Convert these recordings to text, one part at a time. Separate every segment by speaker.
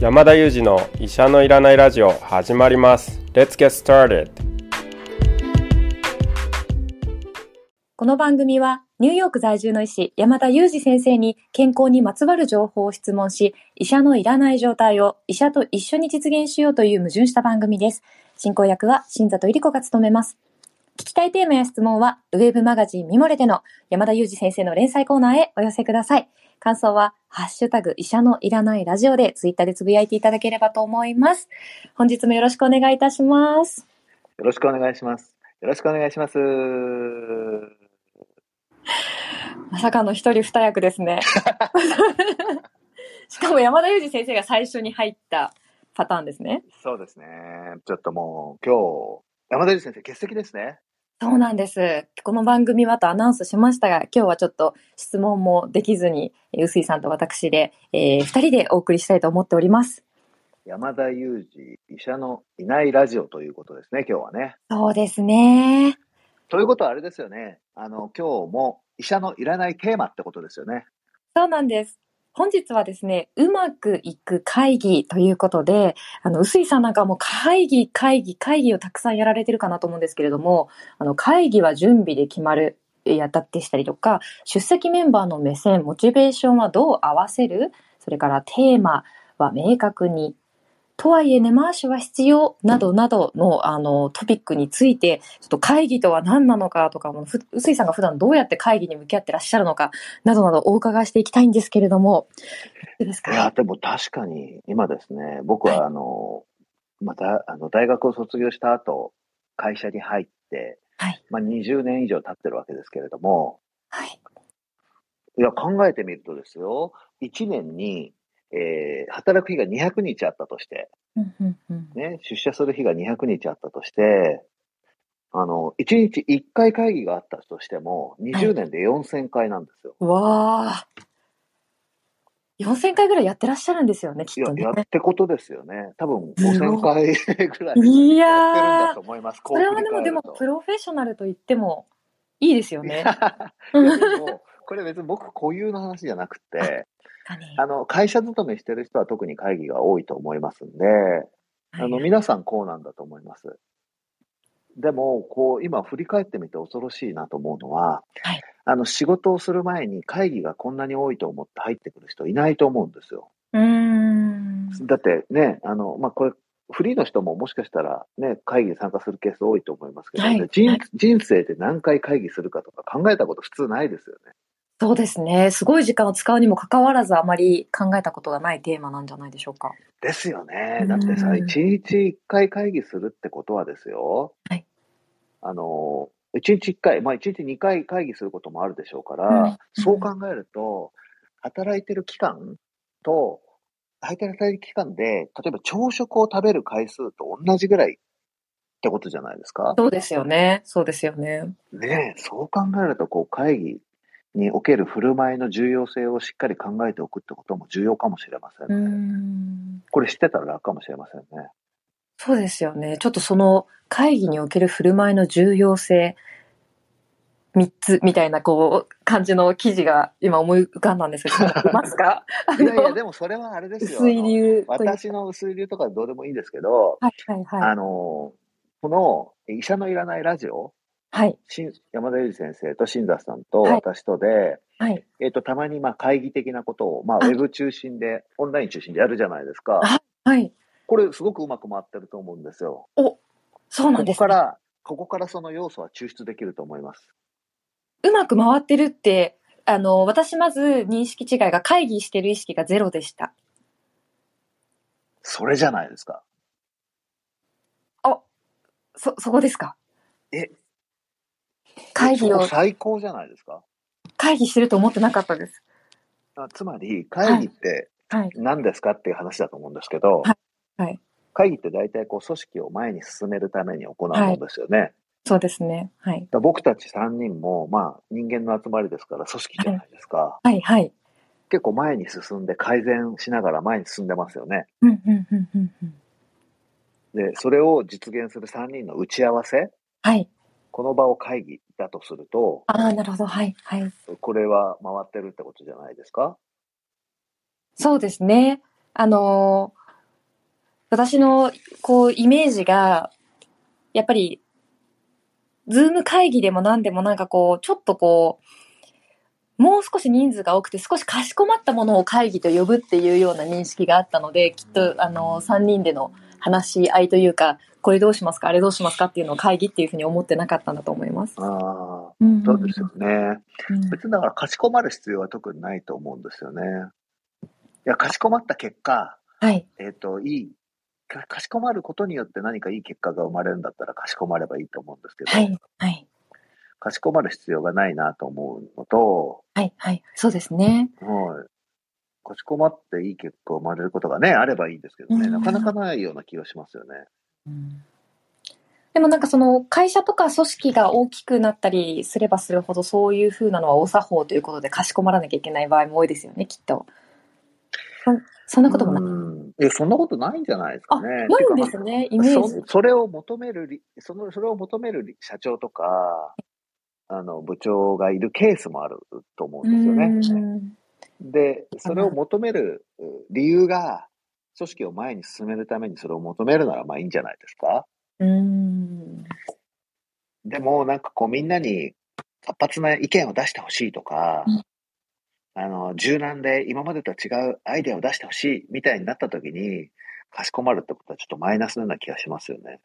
Speaker 1: 山田裕二の医者のいらないラジオ始まります Let's get started
Speaker 2: この番組はニューヨーク在住の医師山田裕二先生に健康にまつわる情報を質問し医者のいらない状態を医者と一緒に実現しようという矛盾した番組です進行役は新里入子が務めます聞きたいテーマや質問はウェブマガジンミモレでの山田裕二先生の連載コーナーへお寄せください感想はハッシュタグ医者のいらないラジオでツイッターでつぶやいていただければと思います本日もよろしくお願いいたします
Speaker 3: よろしくお願いします。よろしくお願いします。
Speaker 2: まさかの一人二役です ね。しかも山田裕二先生が最初に入ったパターンですね。
Speaker 3: そうですね。ちょっともう今日、山田裕二先生欠席ですね。
Speaker 2: そうなんです。この番組はとアナウンスしましたが、今日はちょっと質問もできずに、えー臼井さんと私で、えー二人でお送りしたいと思っております。
Speaker 3: 山田裕二、医者のいないラジオということですね、今日はね。
Speaker 2: そうですね。
Speaker 3: ということはあれですよね。あの、今日も医者のいらないテーマってことですよね。
Speaker 2: そうなんです。本日はですね、うまくいく会議ということで、あの、臼井さんなんかはもう会議、会議、会議をたくさんやられてるかなと思うんですけれども、あの、会議は準備で決まる、えやったってしたりとか、出席メンバーの目線、モチベーションはどう合わせるそれからテーマは明確に、とはいえ根回しは必要などなどの、あの、トピックについて、ちょっと会議とは何なのかとかも、ふ臼井さんが普段どうやって会議に向き合ってらっしゃるのか、などなどお伺いしていきたいんですけれども、いいです
Speaker 3: い
Speaker 2: か
Speaker 3: や、でも確かに今ですね、僕はあの、また、あの、大学を卒業した後、会社に入って、
Speaker 2: はい
Speaker 3: まあ20年以上経ってるわけですけれども、
Speaker 2: はい。
Speaker 3: いや、考えてみるとですよ、1年に、えー働く日が200日あったとして、
Speaker 2: うんうんうん
Speaker 3: ね、出社する日が200日あったとして、あの、1日1回会議があったとしても、20年で4000回なんですよ。
Speaker 2: わあ。4000回ぐらいやってらっしゃるんですよね、きっと
Speaker 3: いや、
Speaker 2: ね
Speaker 3: や。ってことですよね。多分
Speaker 2: すごい
Speaker 3: 5000回ぐらいやってるん
Speaker 2: い
Speaker 3: だ
Speaker 2: やー、
Speaker 3: と思います。
Speaker 2: それはでも、でも、
Speaker 3: こ
Speaker 2: プロフェッショナルと言ってもいいですよ
Speaker 3: う振り
Speaker 2: ね。
Speaker 3: 返るといやでもこれ別に僕固有の話じゃなくて、
Speaker 2: 確かに
Speaker 3: あの、会社勤めしてる人は特に会議が多いと思いますんで、あの、
Speaker 2: はい
Speaker 3: 皆さんこうなんだと思います。でも、こう、今振り返ってみて恐ろしいなと思うのは、
Speaker 2: はい
Speaker 3: あの、仕事をする前に会議がこんなに多いと思って入ってくる人いないと思うんですよ。
Speaker 2: うーん。
Speaker 3: だってね、あの、まあ、これ、フリーの人ももしかしたらね、会議に参加するケース多いと思いますけど、
Speaker 2: はい
Speaker 3: 人
Speaker 2: はい
Speaker 3: 人生で何回会議するかとか考えたこと普通ないですよね。
Speaker 2: そうですね。すごい時間を使うにもかかわらず、あまり考えたことがないテーマなんじゃないでしょうか。
Speaker 3: ですよね。だってさ、
Speaker 2: うん
Speaker 3: 1日1回会議するってことはですよ。
Speaker 2: はい
Speaker 3: あの、1日1回、まあ1日2回会議することもあるでしょうから、
Speaker 2: うん
Speaker 3: そう考えると、働いてる期間と、働いてる期間で、例えば朝食を食べる回数と同じぐらいってことじゃないですか。
Speaker 2: そうですよね。そうですよね。
Speaker 3: ねえ、そう考えると、こう会議における振る舞いの重要性をしっかり考えておくってことも重要かもしれません
Speaker 2: うー
Speaker 3: ね。
Speaker 2: ん。
Speaker 3: これ知ってたら楽かもしれませんね。
Speaker 2: そうですよね。ちょっとその会議における振る舞いの重要性、3つみたいなこう感じの記事が今思い浮かんだん ですけど、いますか
Speaker 3: いやい
Speaker 2: あ
Speaker 3: や、
Speaker 2: の
Speaker 3: でもそれはあれですよ。
Speaker 2: 薄い理由
Speaker 3: あ
Speaker 2: と
Speaker 3: の
Speaker 2: いう
Speaker 3: 私の薄い理由とかどうでもいいんですけど、
Speaker 2: はいはいはい。
Speaker 3: あの、この医者のいらないラジオ、
Speaker 2: はい
Speaker 3: しん山田裕二先生と新座さんと
Speaker 2: はい
Speaker 3: 私とで、
Speaker 2: はい。
Speaker 3: えっ、と、たまにまあ会議的なことを、まあ、ウ
Speaker 2: はい
Speaker 3: ェブ中心で、オンライン中心でやるじゃないですか。
Speaker 2: はい。
Speaker 3: これ、すごくうまく回ってると思うんですよ。
Speaker 2: そうな
Speaker 3: こ
Speaker 2: んですね、
Speaker 3: こから、ここからその要素は抽出できると思います。
Speaker 2: うまく回ってるって、あの、私まず認識違いが会議してる意識がゼロでした。
Speaker 3: それじゃないですか。
Speaker 2: そ、そこですか
Speaker 3: え
Speaker 2: 会議
Speaker 3: そこ
Speaker 2: を、
Speaker 3: 最高じゃないですか。
Speaker 2: 会議してると思ってなかったです。
Speaker 3: あつまり、会議って、
Speaker 2: はい。
Speaker 3: 何ですかっていう話だと思うんですけど、
Speaker 2: はいはい
Speaker 3: 会議って大体こう組織を前に進めるために行うものですよね。だか
Speaker 2: そうですね。はい。
Speaker 3: ら僕たち3人も、まあ、人間の集まりですから組織じゃないですか、
Speaker 2: はいはい。
Speaker 3: 結構前に進んで改善しながら前に進んでますよね。
Speaker 2: うんうんうんうんうん。
Speaker 3: でそれを実現する3人の打ち合わせ
Speaker 2: はい。
Speaker 3: この場を会議だとすると
Speaker 2: ああ、なるほど。はいはい。
Speaker 3: これは回ってるってことじゃないですか
Speaker 2: そうですね。あのー私の、こう、イメージが、やっぱり、ズーム会議でも何でもなんかこう、ちょっとこう、もう少し人数が多くて少しかしこまったものを会議と呼ぶっていうような認識があったので、きっと、あの、3人での話し合いというか、これどうしますか、あれどうしますかっていうのを会議っていうふうに思ってなかったんだと思います。
Speaker 3: ああ、
Speaker 2: うん
Speaker 3: そうですよね。
Speaker 2: うん
Speaker 3: 別にだから、かしこまる必要は特にないと思うんですよね。いや、かしこまった結果、
Speaker 2: はい。
Speaker 3: えっ、と、いい、かかしこまることによって何かいい結果が生まれるんだったら、かしこまればいいと思うんですけど、
Speaker 2: はい。はい。
Speaker 3: かしこまる必要がないなと思うのと、
Speaker 2: はい。はい。そうですね。
Speaker 3: はい。かしこまっていい結果が生まれることがね、あればいいんですけどね、
Speaker 2: うん
Speaker 3: なかなかないような気がしますよね。
Speaker 2: でもなんかその会社とか組織が大きくなったりすればするほどそういう風なのはお作法ということでかしこまらなきゃいけない場合も多いですよねきっとそそんなこともない、
Speaker 3: うんいや、そんなことないんじゃないですか
Speaker 2: あ
Speaker 3: ね。
Speaker 2: ないんですねイメージ
Speaker 3: そそれを求めるりその、それを求めるり社長とか、あの、部長がいるケースもあると思うんですよね。
Speaker 2: うん
Speaker 3: で、それを求めるう理由が、組織を前に進めるためにそれを求めるならまあいいんじゃないですか。
Speaker 2: うん
Speaker 3: でも、なんかこうみんなに活発な意見を出してほしいとか、
Speaker 2: うん
Speaker 3: あの、柔軟で今までとは違うアイデアを出してほしいみたいになった時に、かしこまるってことはちょっとマイナスのような気がしますよね。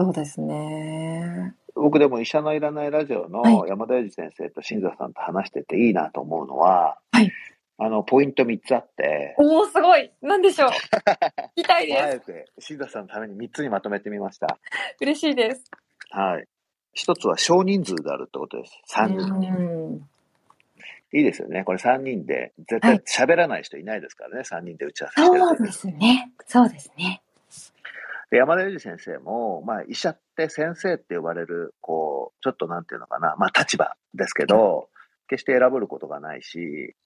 Speaker 2: そうですね
Speaker 3: 僕でも医者のいらないラジオ
Speaker 2: は
Speaker 3: の山田裕二先生と新座さんと話してていいなと思うのは、
Speaker 2: はい
Speaker 3: あの、ポイント3つあって、
Speaker 2: おおすごいなんで しょう聞きたい
Speaker 3: あ
Speaker 2: で
Speaker 3: えて新座さんのために3つにまとめてみました。
Speaker 2: す嬉しいです
Speaker 3: はい。一つは少人数であるってことです。3人。
Speaker 2: うん
Speaker 3: いいですよね。これ3人で、絶
Speaker 2: は
Speaker 3: 対
Speaker 2: い
Speaker 3: 喋らない人いないですからね、3人で打ち合わせしてる
Speaker 2: そう
Speaker 3: 時
Speaker 2: ですねそうですね
Speaker 3: で山田裕二先生も、まあ、医者って先生って呼ばれる、こう、ちょっとなんていうのかな、まあ、立場ですけど、決して選ぶることがないし、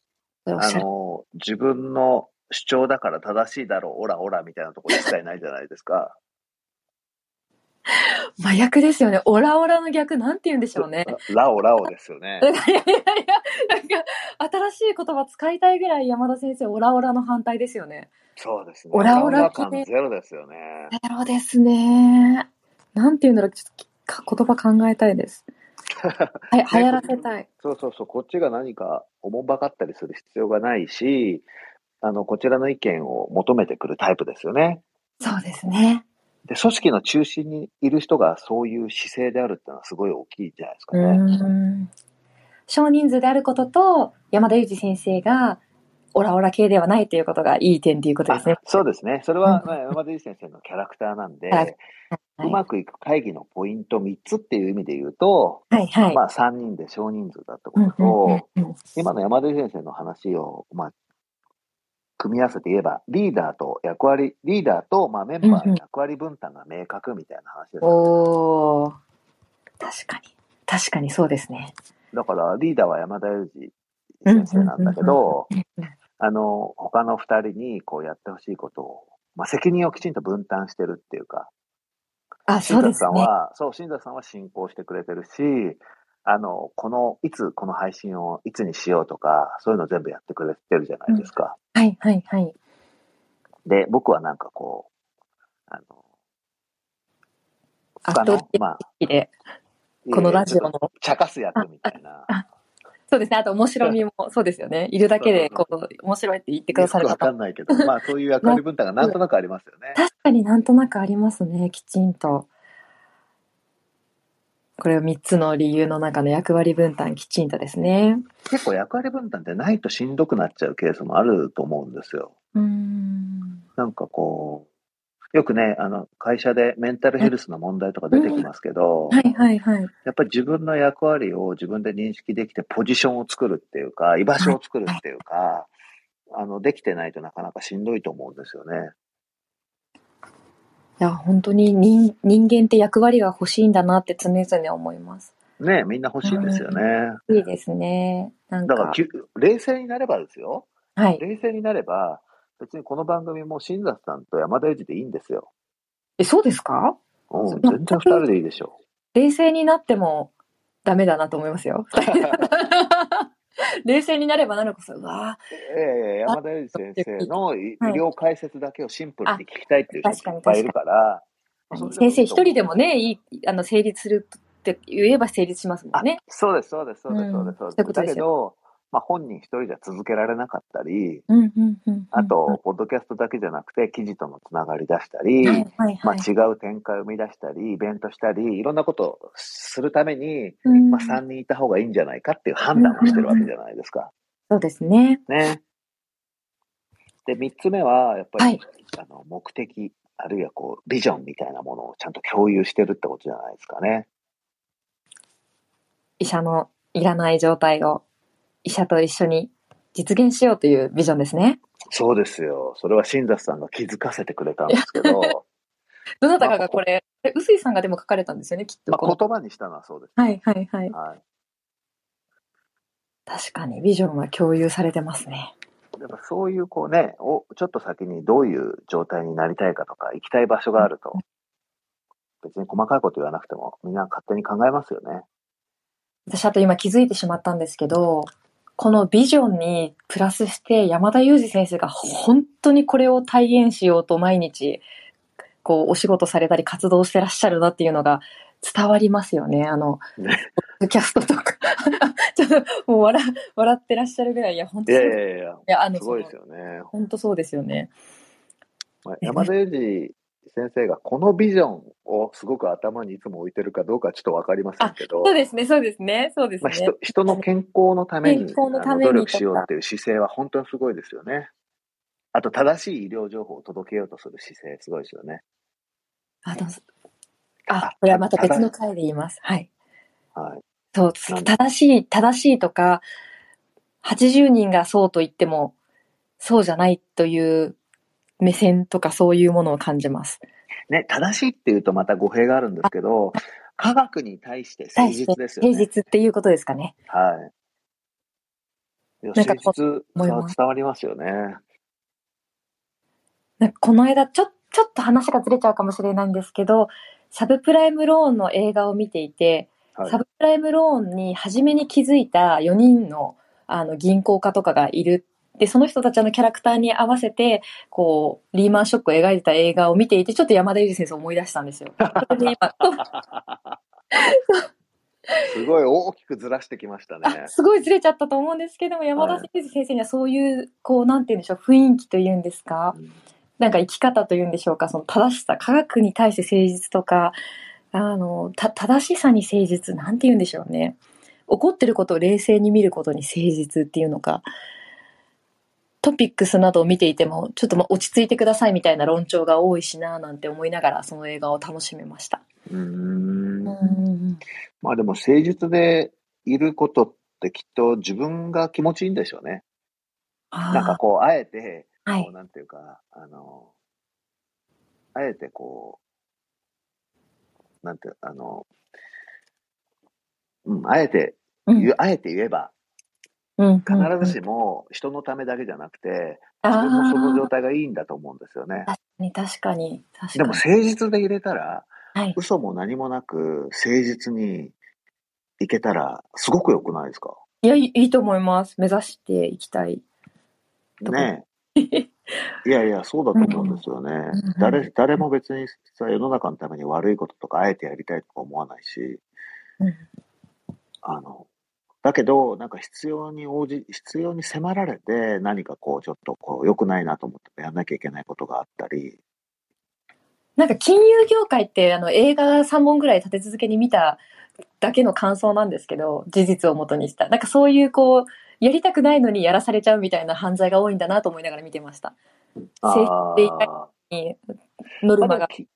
Speaker 2: おっ
Speaker 3: あ
Speaker 2: しゃる
Speaker 3: の、自分の主張だから正しいだろう、オラオラみたいなところ一切ないじゃないですか。
Speaker 2: 真逆ですよねオラオラの逆なんて言うんでし ょうね
Speaker 3: ラオラオですよね
Speaker 2: い。やいやいや、なんか新しい言葉使いたいぐらい山田先生、オラオラの反対ですよね。
Speaker 3: そうですね。
Speaker 2: オラオラ
Speaker 3: 感ゼロですよね。
Speaker 2: なるほどですね。なんて言うんだろう、ちょっとか言葉考えたい です。はい、流行らせたい。
Speaker 3: そうそうそう、こっちが何かおもんばかったりする必要がないし、あの、こちらの意見を求めてくるタイプですよね。
Speaker 2: そうですね。
Speaker 3: で、組織の中心にいる人がそういう姿勢であるってのはすごい大きいじゃないですか
Speaker 2: う
Speaker 3: ね。
Speaker 2: ん。少人数であることと、山田裕二先生が、オラオラ系ではないということがいい点ということですね
Speaker 3: あ。そうですね。それは、
Speaker 2: うん
Speaker 3: まあ山田裕二先生のキャラクターなん で、
Speaker 2: はいはいう
Speaker 3: まくいく会議のポイント3つっていう意味で言うと、
Speaker 2: はいはい。
Speaker 3: まあ、3人で少人数だってこ
Speaker 2: うん
Speaker 3: とと、
Speaker 2: うんうんうん
Speaker 3: 今の山田先生の話を、まあ、組み合わせて言えば、リーダーと役割、リーダーと、まあ、メンバー
Speaker 2: うんう
Speaker 3: の
Speaker 2: ん
Speaker 3: 役割分担が明確みたいな話です、
Speaker 2: おー。確かに。確かにそうですね。
Speaker 3: だから、リーダーは山田裕二先生なんだけど、あの、他の2人にこうやってほしいことを、まあ、責任をきちんと分担してるっていうか、
Speaker 2: あ、そ
Speaker 3: 新
Speaker 2: うで
Speaker 3: 田
Speaker 2: す
Speaker 3: さん
Speaker 2: ね。
Speaker 3: は、そう、新田さんは進行してくれてるし、あの、この、いつこの配信をいつにしようとか、そういうの全部やってくれてるじゃないですか。
Speaker 2: はいはいはい。
Speaker 3: で、僕はなんかこう、あの、他
Speaker 2: 圧倒
Speaker 3: の
Speaker 2: 的、
Speaker 3: まあ、
Speaker 2: で、このラジオの。
Speaker 3: ちゃかす役みたいな。
Speaker 2: あそうですね。あと、面白みも、そうですよね。いるだけで、こう、面白いって言ってくださる
Speaker 3: よくわか
Speaker 2: 方。
Speaker 3: んないけど、まあそういう役割分担がなんとなくあります よね。
Speaker 2: 確かになんとなくありますね。きちんと。これを3つの理由の中の役割分担、きちんとですね。
Speaker 3: 結構役割分担ってないとしんどくなっちゃうケースもあると思うんですよ。
Speaker 2: うん。
Speaker 3: なんかこう、よくね、あの、会社でメンタルヘルスの問題とか出てきますけど、
Speaker 2: はいはいはい。
Speaker 3: やっぱり自分の役割を自分で認識できてポジションを作るっていうか、居場所を作るっていうか、あの、できてないとなかなかしんどいと思うんですよね。
Speaker 2: いや、本当に人人間って役割が欲しいんだなって常々思います。
Speaker 3: ねみんな欲しいですよね。
Speaker 2: いいですね。なん
Speaker 3: だ
Speaker 2: か、
Speaker 3: からきゅ、冷静になればですよ。
Speaker 2: はい。
Speaker 3: 冷静になれば、別にこの番組も新里さんと山田裕二でいいんですよ。
Speaker 2: え、そうですか
Speaker 3: うん
Speaker 2: そう、
Speaker 3: 全然二人でいいでしょ
Speaker 2: 冷静になってもダメだなと思いますよ。冷静になればなるこそ、うわー
Speaker 3: ええ山田裕二先生の医医療解説だけをシンプルに聞きたいっていう
Speaker 2: あ確か
Speaker 3: 人い
Speaker 2: に
Speaker 3: っぱいいるから、
Speaker 2: 先生一人でもね、いい、あの、成立するって言えば成立しますも
Speaker 3: あ
Speaker 2: んね。
Speaker 3: そうです、そうです、そうで
Speaker 2: う
Speaker 3: す、
Speaker 2: ん
Speaker 3: そうです。そ
Speaker 2: そう
Speaker 3: う
Speaker 2: い
Speaker 3: で
Speaker 2: うこ
Speaker 3: す
Speaker 2: と
Speaker 3: だ
Speaker 2: で
Speaker 3: け
Speaker 2: す
Speaker 3: ど、まあ、本人一人じゃ続けられなかったり、
Speaker 2: うん、うん、うんうん。
Speaker 3: あと、ポッドキャストだけじゃなくて、記事とのつながり出したり、
Speaker 2: はい、はい、
Speaker 3: ま
Speaker 2: は
Speaker 3: あ、
Speaker 2: い。
Speaker 3: 違う展開を生み出したり、イベントしたり、いろんなことをするために、
Speaker 2: うん
Speaker 3: まあ、3人いた方がいいんじゃないかっていう判断をしてるわけじゃないですか。
Speaker 2: そうですね。
Speaker 3: ね。で、3つ目は、やっぱり、
Speaker 2: はい
Speaker 3: あの目的、あるいはこう、ビジョンみたいなものをちゃんと共有してるってことじゃないですかね。
Speaker 2: 医者のいらない状態を医者と一緒に実現しようというビジョンですね。
Speaker 3: そうですよ。それは新座さんが気づかせてくれたんですけ ど、
Speaker 2: どなたかがこれ、え臼井さんがでも書かれたんですよね、きっと
Speaker 3: ま
Speaker 2: この。
Speaker 3: あ、言葉にしたのはそうです。
Speaker 2: はいはいはい。
Speaker 3: はい。
Speaker 2: 確かにビジョンは共有されてますね。
Speaker 3: やっぱそういうこうね、おちょっと先にどういう状態になりたいかとか、行きたい場所があると、別に細かいこと言わなくても、みんな勝手に考えますよね。
Speaker 2: 私あと今気づいてしまったんですけど、このビジョンにプラスして山田裕二先生が本当にこれを体現しようと毎日、こうお仕事されたり活動してらっしゃるなっていうのが伝わりますよね。あの、ポ
Speaker 3: ね
Speaker 2: ッドキャストとか。 ちょっともう笑笑ってらっしゃるぐらい、いや、本
Speaker 3: い
Speaker 2: 当に
Speaker 3: やいやいや、
Speaker 2: いや、あの、
Speaker 3: すごいです
Speaker 2: よ。
Speaker 3: よね。
Speaker 2: 本当そうですよね。
Speaker 3: まあ山田裕二先生がこのビジョンをすごく頭にいつも置いてるかどうかはちょっとわかりませんけど、
Speaker 2: そうですね、そうですね、そうです
Speaker 3: ま
Speaker 2: ね
Speaker 3: あ、人。人の健康のために
Speaker 2: 健康のために
Speaker 3: あの努力しようっていう姿勢は本当にすごいですよね。あと、正しい医療情報を届けようとする姿勢、すごいですよね。
Speaker 2: あの、あ
Speaker 3: あ、
Speaker 2: これはまた別の回で言います。はい。
Speaker 3: はい。
Speaker 2: そう、
Speaker 3: なん
Speaker 2: 正しい、正しいとか、80人がそうと言っても、そうじゃないという目線とかそういうものを感じます。
Speaker 3: ね、正しいっていうとまた語弊があるんですけど、科学に対して誠実ですよ
Speaker 2: 平
Speaker 3: ね。
Speaker 2: 日っていうことですかね。
Speaker 3: はい。いや
Speaker 2: なんか
Speaker 3: 誠
Speaker 2: こ
Speaker 3: 実
Speaker 2: 思い
Speaker 3: が
Speaker 2: ます
Speaker 3: 伝わりますよね。
Speaker 2: なんかこの間、ちょ、ちょっと話がずれちゃうかもしれないんですけど、サブプライムローンの映画を見ていて、
Speaker 3: はい
Speaker 2: サブプライムローンに初めに気づいた4人のあの銀行家とかがいる。で、その人たちのキャラクターに合わせて、こう、リーマンショックを描いてた映画を見ていて、ちょっと山田裕二先生を思い出したんですよ。それで今
Speaker 3: すごい大きくずらしてきましたね
Speaker 2: あ。すごいずれちゃったと思うんですけども、山田裕二先生にはそういう、こう、なんて言うんでしょう、雰囲気というんですか
Speaker 3: う、ん
Speaker 2: なんか生き方というんでしょうか、その正しさ、科学に対して誠実とか、あの、た、正しさに誠実、なんて言うんでしょうね。怒ってることを冷静に見ることに誠実っていうのか、トピックスなどを見ていても、ちょっとまあ落ち着いてくださいみたいな論調が多いしな、なんて思いながら、その映画を楽しめました。
Speaker 3: うーん
Speaker 2: うん。
Speaker 3: まあでも誠実でいることってきっと自分が気持ちいいんでしょうね。なんか
Speaker 2: あ
Speaker 3: こう、あえて、
Speaker 2: あ、はい
Speaker 3: こ。
Speaker 2: う
Speaker 3: なんていうか、あの、あえてこう、なんていう、あの、うん、あえて、
Speaker 2: うん
Speaker 3: ゆあえて言えば、
Speaker 2: うん
Speaker 3: 必ずしも人のためだけじゃなくて、
Speaker 2: うん
Speaker 3: 自分もその
Speaker 2: あ
Speaker 3: 状態がいいんだと思うんですよね
Speaker 2: あ。ー確かに、確
Speaker 3: で
Speaker 2: か
Speaker 3: も
Speaker 2: に。
Speaker 3: 誠実で入れたら、
Speaker 2: はい。
Speaker 3: 嘘も何もなく、誠実にいけたら、すごく良くないですか
Speaker 2: いや、いいいいと思います。目指していきたい。とか
Speaker 3: ねえ。いやいや、そうだと思うんですよね。
Speaker 2: ん
Speaker 3: 誰、誰も別にさ、世の中のために悪いこととか、あえてやりたいとか思わないし、
Speaker 2: うん
Speaker 3: あの、だけど、なんか必要に応じ、必要に迫られて、何かこう、ちょっとこう、良くないなと思ってやんなきゃいけないことがあったり、
Speaker 2: なんか金融業界ってあの映画3本ぐらい立て続けに見ただけの感想なんですけど、事実をもとにした。なんかそういうこう、やりたくないのにやらされちゃうみたいな犯罪が多いんだなと思いながら見てました。誠
Speaker 3: あ
Speaker 2: 実でいたい
Speaker 3: あ
Speaker 2: にノル
Speaker 3: ま
Speaker 2: マ
Speaker 3: あでも
Speaker 2: が
Speaker 3: き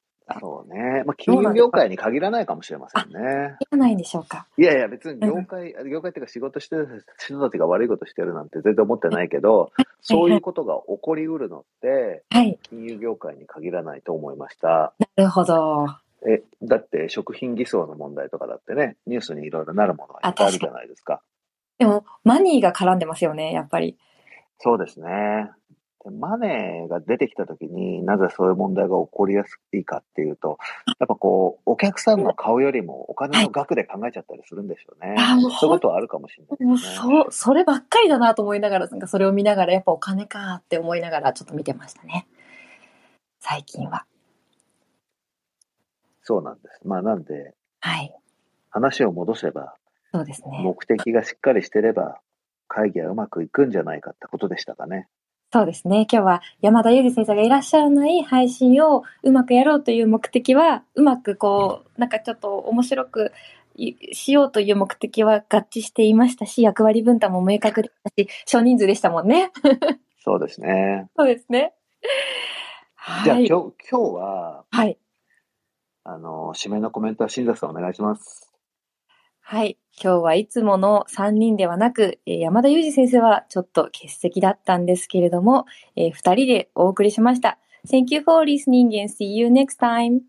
Speaker 3: そうね。まあ、金融業界に限らないかもしれませんね。
Speaker 2: いかないんでしょうか。
Speaker 3: いやいや、別に業界、業界っていうか仕事してる人たちが悪いことしてるなんて全然思ってないけど、そういうことが起こりうるのって、
Speaker 2: はい。
Speaker 3: 金融業界に限らないと思いました。
Speaker 2: なるほど。
Speaker 3: え、だって食品偽装の問題とかだってね、ニュースにいろいろなるものがいっぱいあるじゃないですか。
Speaker 2: でも、マニーが絡んでますよね、やっぱり。
Speaker 3: そうですね。でマネーが出てきたときになぜそういう問題が起こりやすいかっていうと、やっぱこう、お客さんの顔よりもお金の額で考えちゃったりするんでしょうね。
Speaker 2: あもう
Speaker 3: そういうことはあるかもしれな
Speaker 2: も
Speaker 3: いうですね。
Speaker 2: そ、そればっかりだなと思いながら、なんかそれを見ながら、やっぱお金かって思いながら、ちょっと見てましたね。最近は。
Speaker 3: そうなんです。まあなんで、
Speaker 2: はい。
Speaker 3: 話を戻せば、
Speaker 2: そうですね。
Speaker 3: 目的がしっかりしてれば、会議はうまくいくんじゃないかってことでしたかね。
Speaker 2: そうですね。今日は山田裕二先生がいらっしゃらない配信をうまくやろうという目的は、うまくこう、なんかちょっと面白くいしようという目的は合致していましたし、役割分担も明確でしたし、少人数でしたもんね。
Speaker 3: そうですね。
Speaker 2: そうですね。
Speaker 3: じゃ
Speaker 2: は
Speaker 3: あ今
Speaker 2: い
Speaker 3: 日。今日は、
Speaker 2: はい。
Speaker 3: あの、締めのコメントは新座さんお願いします。
Speaker 2: はい。今日はいつもの3人ではなく、えー山田裕二先生はちょっと欠席だったんですけれども、え2人でお送りしました。Thank you for listening and see you next time.